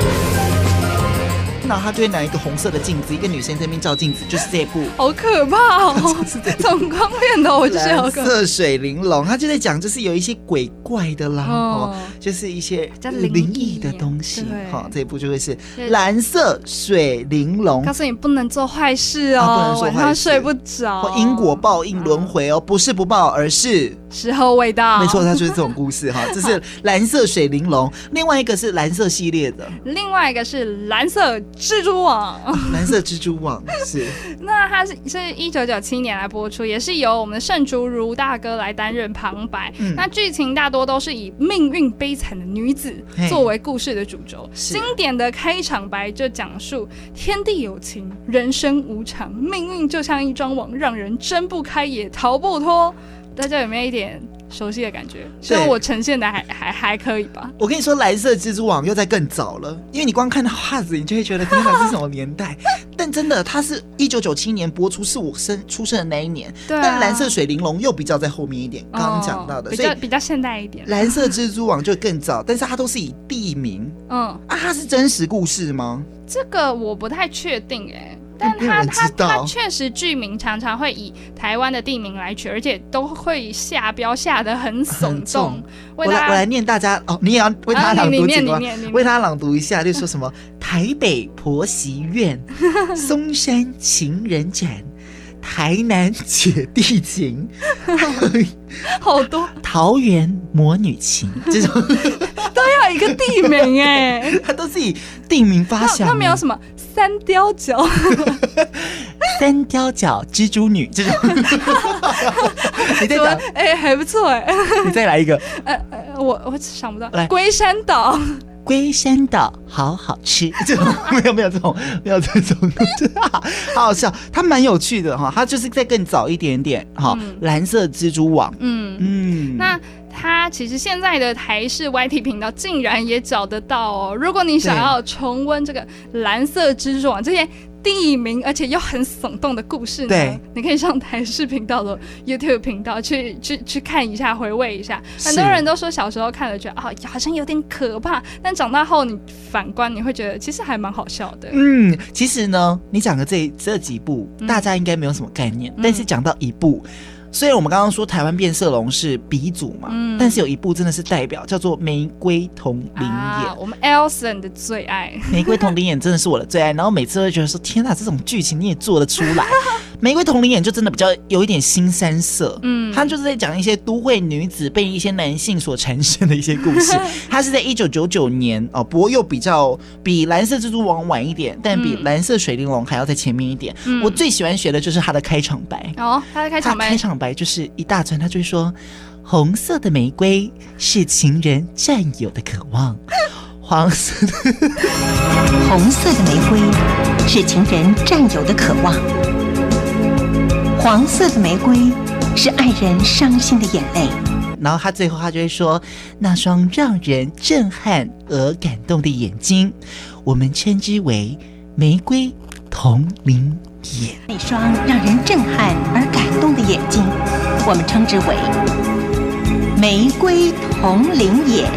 Speaker 2: 然后他就会拿一个红色的镜子，一个女生在那边照镜子，就是这一部。
Speaker 1: 好可怕哦！ 总光片头我就是有
Speaker 2: 蓝
Speaker 1: 个，
Speaker 2: 色水玲珑，他就在讲，就是有一些鬼怪的啦，哦，就是一些
Speaker 1: 较灵
Speaker 2: 灵异
Speaker 1: 异
Speaker 2: 的东西
Speaker 1: 对，
Speaker 2: 好、这一部就会是
Speaker 1: 对
Speaker 2: 蓝色水玲珑
Speaker 1: 告诉你不能做坏事
Speaker 2: 啊不能
Speaker 1: 哦，
Speaker 2: 做坏
Speaker 1: 晚
Speaker 2: 事
Speaker 1: 上睡不着。
Speaker 2: 或哦因果报应轮回哦，不是不报，而是
Speaker 1: 时候未到，
Speaker 2: 没错，。它就是这种故事哈。这是蓝色水玲珑，另外一个是蓝色系列的
Speaker 1: 另外一个是蓝色蜘蛛网。
Speaker 2: 蓝色蜘蛛网，是
Speaker 1: 那它是是一九九七年来播出，也是由我们的盛竹如大哥来担任旁白。
Speaker 2: 嗯
Speaker 1: 那剧情大多都是以命运悲惨的女子
Speaker 2: 嘿
Speaker 1: 作为故事的主轴。
Speaker 2: 是
Speaker 1: 经典的开场白就讲述天地有情，人生无常，命运就像一张网，让人睁不开也逃不脱。大家有没有一点熟悉的感觉？所以我呈现的还还还可以吧。
Speaker 2: 我跟你说，蓝色蜘蛛网又在更早了，因为你光看到画质，你就会觉得天哪，这是什么年代？ 但真的，它是一九九七年播出，是我生出生的那一年。
Speaker 1: 对啊
Speaker 2: 但蓝色水玲珑又比较在后面一点，刚刚讲到
Speaker 1: 哦
Speaker 2: 的，
Speaker 1: 比
Speaker 2: 所以
Speaker 1: 较比较现代一点。
Speaker 2: 蓝色蜘蛛网就更早，但是它都是以地名
Speaker 1: 嗯，
Speaker 2: 啊，它是真实故事吗？
Speaker 1: 这个我不太确定哎、但
Speaker 2: 没有
Speaker 1: 它
Speaker 2: 人
Speaker 1: 它
Speaker 2: 知
Speaker 1: 它
Speaker 2: 道
Speaker 1: 确实剧名常常会以台湾的地名来取，而且都会下标下的很耸
Speaker 2: 很
Speaker 1: 动
Speaker 2: 重，
Speaker 1: 为
Speaker 2: 我来
Speaker 1: 大
Speaker 2: 我来
Speaker 1: 家。
Speaker 2: 念大家哦，你也要为
Speaker 1: 啊
Speaker 2: 他朗
Speaker 1: 你你
Speaker 2: 读
Speaker 1: 念
Speaker 2: 几个
Speaker 1: 你念你念
Speaker 2: 吗，为他朗读一下，就说什 么台北婆媳院、松山情人展、台南姐弟 情、
Speaker 1: 好多，
Speaker 2: 桃园魔女情，这种
Speaker 1: 还有一个地名哎、
Speaker 2: 他都是以地名发
Speaker 1: 那
Speaker 2: 想。
Speaker 1: 那没有什么三雕角，
Speaker 2: 三雕角蜘蛛女 这种，你再
Speaker 1: 怎么
Speaker 2: 讲，
Speaker 1: 哎、还不错哎、
Speaker 2: 你再来一个
Speaker 1: 呃我我想不到
Speaker 2: 来，
Speaker 1: 龟山岛，
Speaker 2: 龟山岛好好吃，这种 没有没有这种没有这种， 好好笑，它蛮有趣的哈，它就是再更早一点点哈，
Speaker 1: 嗯
Speaker 2: 蓝色蜘蛛网，
Speaker 1: 嗯，
Speaker 2: 嗯，
Speaker 1: 那它其实现在的台式 YT 频道竟然也找得到哦。如果你想
Speaker 2: 对
Speaker 1: 要重温这个蓝色蜘蛛网这些地名，而且又很耸动的故事呢
Speaker 2: 对，
Speaker 1: 你可以上台式频道的 YouTube 频道去去去看一下，回味一下。
Speaker 2: 是
Speaker 1: 很多人都说小时候看了觉得啊、好像有点可怕，但长大后你反观你会觉得其实还蛮好笑的。
Speaker 2: 嗯，其实呢，你讲的这这几部
Speaker 1: 嗯，
Speaker 2: 大家应该没有什么概念，但是讲到一部。虽然我们刚刚说台湾变色龙是鼻祖嘛，
Speaker 1: 嗯
Speaker 2: 但是有一部真的是代表，叫做《玫瑰同林眼》。
Speaker 1: 啊，我们 Elson 的最爱，
Speaker 2: 玫瑰同林眼真的是我的最爱，然后每次都会觉得说，天哪，这种剧情你也做得出 来。玫瑰同林眼就真的比较有一点新三色，
Speaker 1: 嗯，
Speaker 2: 它就是在讲一些都会女子被一些男性所缠身的一些故 事。它是在一九九九年哦，不过又比较比蓝色蜘蛛网晚一点，但比
Speaker 1: 嗯
Speaker 2: 蓝色水玲珑还要在前面一点。
Speaker 1: 嗯
Speaker 2: 我最喜欢学的就是它的开场白，
Speaker 1: 哦，他的开
Speaker 2: 它
Speaker 1: 场白
Speaker 2: 开场白就是一大串，他就会说：“红色的玫瑰是情人占有的渴望，黄色的。”
Speaker 3: 红色的玫瑰是情人占有的渴望，黄色的玫瑰是爱人伤心的眼泪。
Speaker 2: 然后他最后他就会说：“那双让人震撼而感动的眼睛，我们称之为玫瑰同龄眼。
Speaker 3: 那双让人震撼而感动的眼睛，我们称之为玫瑰同龄眼。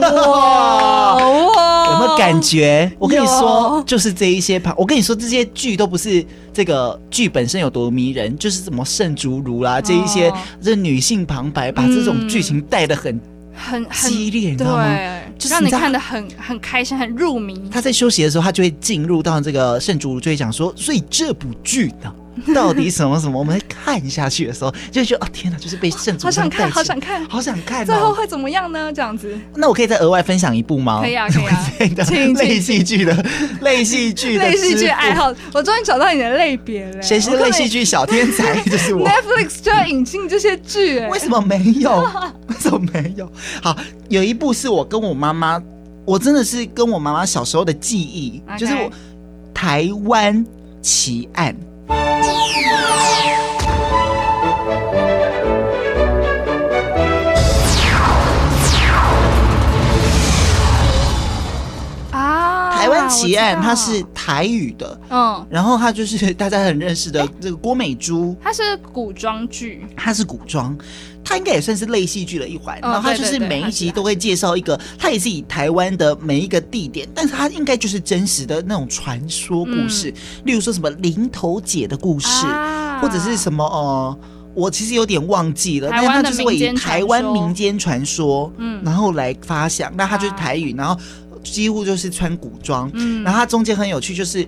Speaker 1: 哇哇，
Speaker 2: 有没有感觉？我跟你
Speaker 1: 有
Speaker 2: 说，就是这一些旁，我跟你说，这些剧都不是这个剧本身有多迷人，就是什么圣竹如啦，这一些
Speaker 1: 哦
Speaker 2: 这女性旁白，把这种剧情带得很。
Speaker 1: 很很
Speaker 2: 激烈你知
Speaker 1: 对
Speaker 2: 道吗，就是
Speaker 1: 让
Speaker 2: 你
Speaker 1: 你
Speaker 2: 知道
Speaker 1: 看得很很开心，很入迷。
Speaker 2: 他在休息的时候，他就会进入到这个圣竹如，就会讲说，所以这部剧呢。 到底什么什么？我们在看下去的时候，就会觉得哦天哪，就是被圣主
Speaker 1: 好想看，
Speaker 2: 这
Speaker 1: 好
Speaker 2: 样带
Speaker 1: 想
Speaker 2: 起
Speaker 1: 看
Speaker 2: 来，好想看
Speaker 1: 最后
Speaker 2: 哦。
Speaker 1: 会怎么样呢？这样子，
Speaker 2: 那我可以再额外分享一部吗？，
Speaker 1: 可以啊，可以啊
Speaker 2: 的
Speaker 1: 请
Speaker 2: 类
Speaker 1: 请
Speaker 2: 戏剧的 类戏剧的
Speaker 1: 类戏
Speaker 2: 之
Speaker 1: 剧
Speaker 2: 父
Speaker 1: 爱，好，我终于找到你的类别了。
Speaker 2: 谁是
Speaker 1: 我根
Speaker 2: 类
Speaker 1: 本
Speaker 2: 戏剧小天才？就 是我。
Speaker 1: ？Netflix 就要引进这些剧，哎
Speaker 2: 为，什么没 有？为什么没有？好，有一部是我跟我妈妈，我真的是跟我妈妈小时候的记忆
Speaker 1: OK
Speaker 2: 就是我台湾奇案。
Speaker 1: 啊，
Speaker 2: 台湾奇案
Speaker 1: 我知道
Speaker 2: 它是台语的，
Speaker 1: 嗯，
Speaker 2: 然后它就是 大家很认识的这个郭美珠，
Speaker 1: 它是古装剧，
Speaker 2: 它是古装，它应该也算是类戏剧的一环。
Speaker 1: 嗯
Speaker 2: 然后它
Speaker 1: 对
Speaker 2: 就
Speaker 1: 对
Speaker 2: 是
Speaker 1: 对
Speaker 2: 每
Speaker 1: 它
Speaker 2: 一
Speaker 1: 是
Speaker 2: 集
Speaker 1: 它
Speaker 2: 都会介绍一个，它也是以台湾的每一个地点，但是它应该就是真实的那种传说故事，例如说什么林头姐的故事，
Speaker 1: 嗯啊
Speaker 2: 或者是什么呃。我其实有点忘记了，
Speaker 1: 台
Speaker 2: 但
Speaker 1: 湾
Speaker 2: 它
Speaker 1: 的
Speaker 2: 就是会
Speaker 1: 民
Speaker 2: 以
Speaker 1: 间传
Speaker 2: 台湾
Speaker 1: 说
Speaker 2: 民间传说，
Speaker 1: 嗯
Speaker 2: 然后来发想。那它就是
Speaker 1: 啊
Speaker 2: 台语，然后几乎就是穿古装，
Speaker 1: 嗯
Speaker 2: 然后它中间很有趣，就是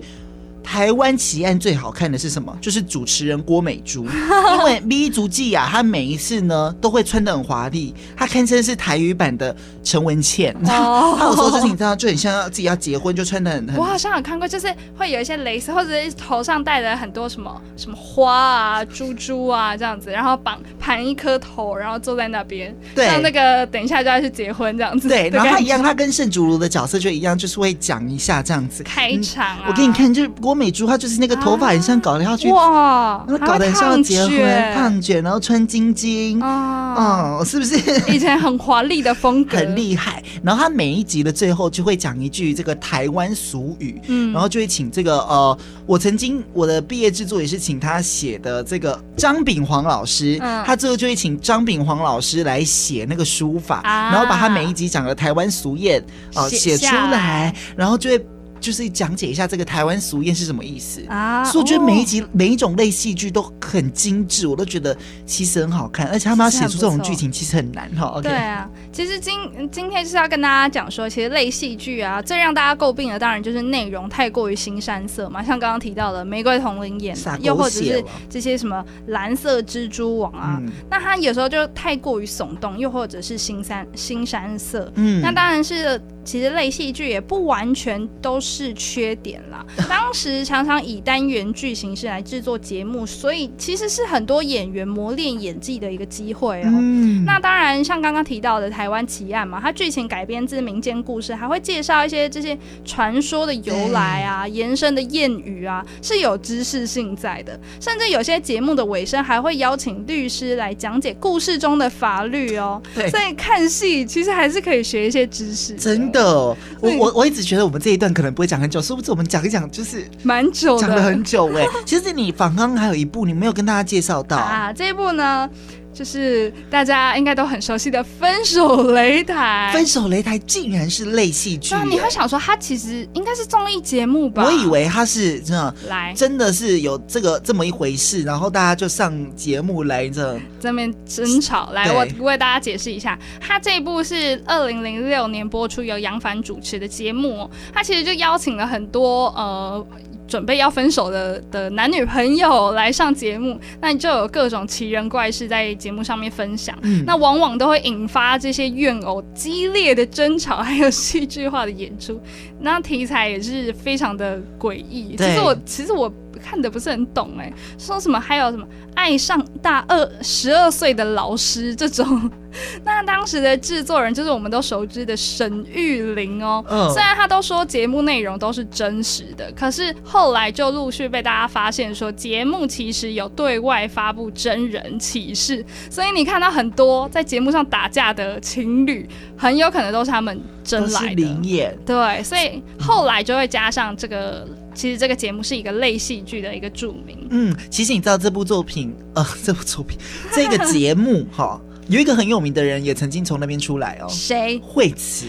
Speaker 2: 台湾奇案最好看的是什么？就是主持人郭美 珠，因为 V 足纪雅她啊每一次呢都会穿得很华丽，她堪称是台语版的陈文茜。
Speaker 1: 哦
Speaker 2: 她有时候就是你知道，就很像要自己要结婚，就穿得很很
Speaker 1: 我好像有看过，就是会有一些蕾丝，或者是头上戴了很多什么什么花啊、珠珠啊这样子，然后绑盘一颗头，然后坐在那边，
Speaker 2: 对
Speaker 1: 像那个等一下就要去结婚这样子的
Speaker 2: 对，
Speaker 1: 感觉。
Speaker 2: 然后她一样，她跟圣竹如的角色就一样，就是会讲一下这样子。
Speaker 1: 开场啊、
Speaker 2: 嗯我给你看，就是郭美珠，她就是那个头发很像搞得要去，
Speaker 1: 哇，
Speaker 2: 她搞得很像
Speaker 1: 还
Speaker 2: 要
Speaker 1: 会
Speaker 2: 结婚，嗯烫卷，然后穿金巾，
Speaker 1: 啊，
Speaker 2: 哦，是不是？
Speaker 1: 以前很华丽的风格，
Speaker 2: 很厉害。然后他每一集的最后就会讲一句这个台湾俗语，
Speaker 1: 嗯
Speaker 2: 然后就会请这个呃，我曾经我的毕业制作也是请他写的这个张炳煌老师，
Speaker 1: 嗯
Speaker 2: 他最后就会请张炳煌老师来写那个书法，
Speaker 1: 啊
Speaker 2: 然后把他每一集讲的台湾俗谚呃
Speaker 1: 写
Speaker 2: 写出
Speaker 1: 下来
Speaker 2: 来，然后就会。就是讲解一下这个台湾俗谚是什么意思。
Speaker 1: 啊
Speaker 2: 所以我觉得
Speaker 1: 哦
Speaker 2: 每一集、每一种类戏剧都很精致，我都觉得其实很好看，而且他们要
Speaker 1: 其实
Speaker 2: 写
Speaker 1: 很
Speaker 2: 出这种
Speaker 1: 不错
Speaker 2: 剧情其实很难哈。OK，
Speaker 1: 对啊，其实今今天就是要跟大家讲说，其实类戏剧啊，最让大家诟病的当然就是内容太过于腥膻色嘛，像刚刚提到的《玫瑰同林眼》
Speaker 2: 撒
Speaker 1: 啊
Speaker 2: 狗，血
Speaker 1: 又或者是
Speaker 2: 了
Speaker 1: 这些什么《蓝色蜘蛛网》啊，
Speaker 2: 嗯
Speaker 1: 那它有时候就太过于耸动，又或者是腥膻腥膻色。
Speaker 2: 嗯
Speaker 1: 那当然是，其实类戏剧也不完全都是缺点 啦。当时常常以单元剧形式来制作节目，所以其实是很多演员磨练演技的一个机会哦、
Speaker 2: 嗯
Speaker 1: 那当然，像刚刚提到的台湾奇案嘛，它剧情改编自民间故事，还会介绍一些这些传说的由来啊、
Speaker 2: 嗯
Speaker 1: 延伸的谚语啊，是有知识性在的。甚至有些节目的尾声还会邀请律师来讲解故事中的法律哦。
Speaker 2: 对
Speaker 1: 所以看戏其实还是可以学一些知识，
Speaker 2: 真的哦，我
Speaker 1: 对
Speaker 2: 我我一直觉得我们这一段可能不会讲很久，殊不知我们讲一讲就是
Speaker 1: 蛮久
Speaker 2: 讲
Speaker 1: 的。
Speaker 2: 了很久 哎、其实你访刚还有一部你没有跟大家介绍到，
Speaker 1: 啊，这一部呢，就是大家应该都很熟悉的《分手擂台》。
Speaker 2: 分手擂台》竟然是类戏剧、
Speaker 1: 哎那你会
Speaker 2: 哎
Speaker 1: 想说，它其实应该是综艺节目吧？哎
Speaker 2: 我以为它是真的。
Speaker 1: 来
Speaker 2: 真的是有这个这么一回事，然后大家就上节目来着。
Speaker 1: 这边争吵。来，
Speaker 2: 对
Speaker 1: 我为大家解释一下，他这一部是二零零六年播出，由杨凡主持的节目、哦。他其实就邀请了很多呃。准备要分手的的男女朋友来上节目，那就有各种奇人怪事在节目上面分享，
Speaker 2: 嗯
Speaker 1: 那往往都会引发这些怨偶激烈的争吵，还有戏剧化的演出。那题材也是非常的诡异。其
Speaker 2: 对
Speaker 1: 实我其实我看的不是很懂哎、说什么还有什么爱上大二十二岁的老师这种。 那当时的制作人就是我们都熟知的沈玉琳哦。
Speaker 2: 嗯
Speaker 1: 虽然他都说节目内容都是真实的，可是后来就陆续被大家发现说，节目其实有对外发布真人启事，所以你看到很多在节目上打架的情侣，很有可能都是他们
Speaker 2: 都
Speaker 1: 真
Speaker 2: 是
Speaker 1: 来的。
Speaker 2: 灵眼，
Speaker 1: 对，所以后来就会加上这个，其实这个节目是一个类戏剧的一个著名。
Speaker 2: 嗯，其实你知道这部作品， 呃，这 部作品，这个节目哈，有一个很有名的人也曾经从那边出来哦，
Speaker 1: 谁？
Speaker 2: 惠慈，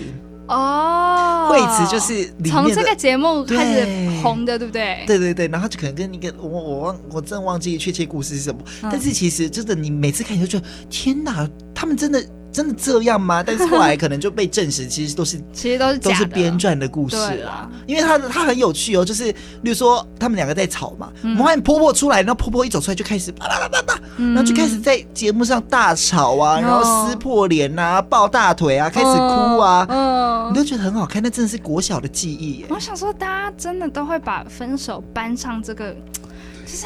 Speaker 1: 哦，
Speaker 2: 惠慈就是里面
Speaker 1: 从
Speaker 2: 的
Speaker 1: 这个节目开始
Speaker 2: 对
Speaker 1: 红的，对不对？
Speaker 2: 对对对，然后就可能跟一个我我忘我真忘记确切故事是什么，
Speaker 1: 嗯
Speaker 2: 但是其实真的你每次看你就觉得天哪，他们真的真的这样 吗？但是后来可能就被证实，其实都是
Speaker 1: 其实都是假
Speaker 2: 都
Speaker 1: 的
Speaker 2: 是编撰的故事
Speaker 1: 对
Speaker 2: 啊
Speaker 1: 啊。
Speaker 2: 因为他他很有趣哦，就是例如说他们两个在吵嘛，
Speaker 1: 嗯
Speaker 2: 我们发现婆婆出来，然后婆婆一走出来就开始啪啪啪啪啪，
Speaker 1: 嗯
Speaker 2: 然后就开始在节目上大吵啊，然后
Speaker 1: 哦
Speaker 2: 撕破脸啊，抱大腿啊，开始哭啊，
Speaker 1: 嗯
Speaker 2: 你都觉得很好看，那真的是国小的记忆耶。
Speaker 1: 我想说，大家真的都会把分手搬上这个，就是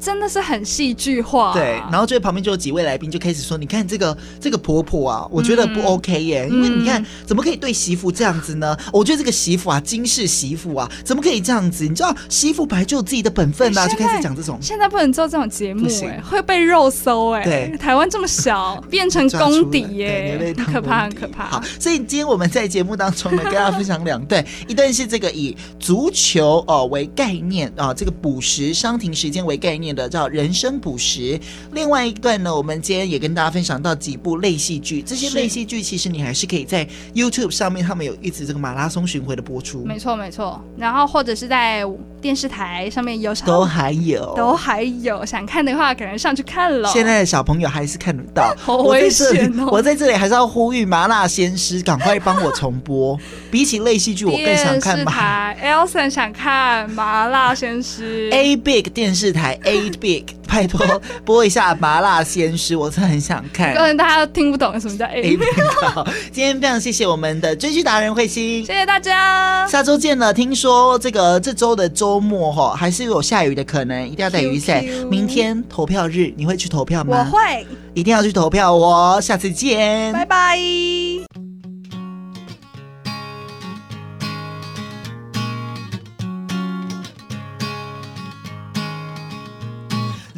Speaker 1: 真的是很戏剧化、啊
Speaker 2: 对，然后就旁边就有几位来宾就开始说：“你看这个这个婆婆啊，我觉得不 OK 耶，因为你看怎么可以对媳妇这样子呢？我觉得这个媳妇啊，金氏媳妇啊，怎么可以这样子？你知道媳妇本来就有自己的本分啊，
Speaker 1: 哎
Speaker 2: 就
Speaker 1: 现在
Speaker 2: 开始讲这种。”
Speaker 1: 现在不能做这种节目
Speaker 2: 不、行
Speaker 1: 哎，会被肉搜哎、
Speaker 2: 对
Speaker 1: 台湾这么 小，变成
Speaker 2: 抓出
Speaker 1: 公
Speaker 2: 来
Speaker 1: 敌
Speaker 2: 对
Speaker 1: 耶、
Speaker 2: 你被
Speaker 1: 很
Speaker 2: 当
Speaker 1: 可怕，
Speaker 2: 公
Speaker 1: 很
Speaker 2: 敌
Speaker 1: 可怕。
Speaker 2: 好，所以今天我们在节目当中呢，跟大家分享两 段，一段是这个以足球哦为概念啊、这个补时伤停时间为概念的叫人生补时；另外一段呢，我们今天也跟大家分享到几部类戏剧，这些类戏剧其实你还是可以在 YouTube 上面，他们有一直这个马拉松巡回的播出，
Speaker 1: 没错没错，然后或者是在电视台上面有啥
Speaker 2: 都还有
Speaker 1: 都还有，想看的话可能上去看了。
Speaker 2: 现在的小朋友还是看得 到，
Speaker 1: 好
Speaker 2: 我在
Speaker 1: 危
Speaker 2: 这里
Speaker 1: 险哦，
Speaker 2: 我在这里还是要呼吁麻辣鲜师赶快帮我 重播。比起类戏剧，我更想看
Speaker 1: 电视
Speaker 2: 麻
Speaker 1: 台 Elson 想看麻辣鲜师
Speaker 2: A Big 电视台 A Big，拜 托播一下麻辣鲜师，我真的很想看
Speaker 1: 可。能大家都听不懂什么叫
Speaker 2: A
Speaker 1: A，
Speaker 2: Big，好今天非常谢谢我们的追剧达人慧心。
Speaker 1: 谢谢大家。
Speaker 2: 下周见了。听说这个这周的周末哈，还是有下雨的可能，一定要带雨伞
Speaker 1: Q Q。
Speaker 2: 明天投票日，你会去投票
Speaker 1: 我
Speaker 2: 吗？
Speaker 1: 会，
Speaker 2: 一定要去投票哦。下次见，
Speaker 1: 拜拜。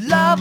Speaker 4: Love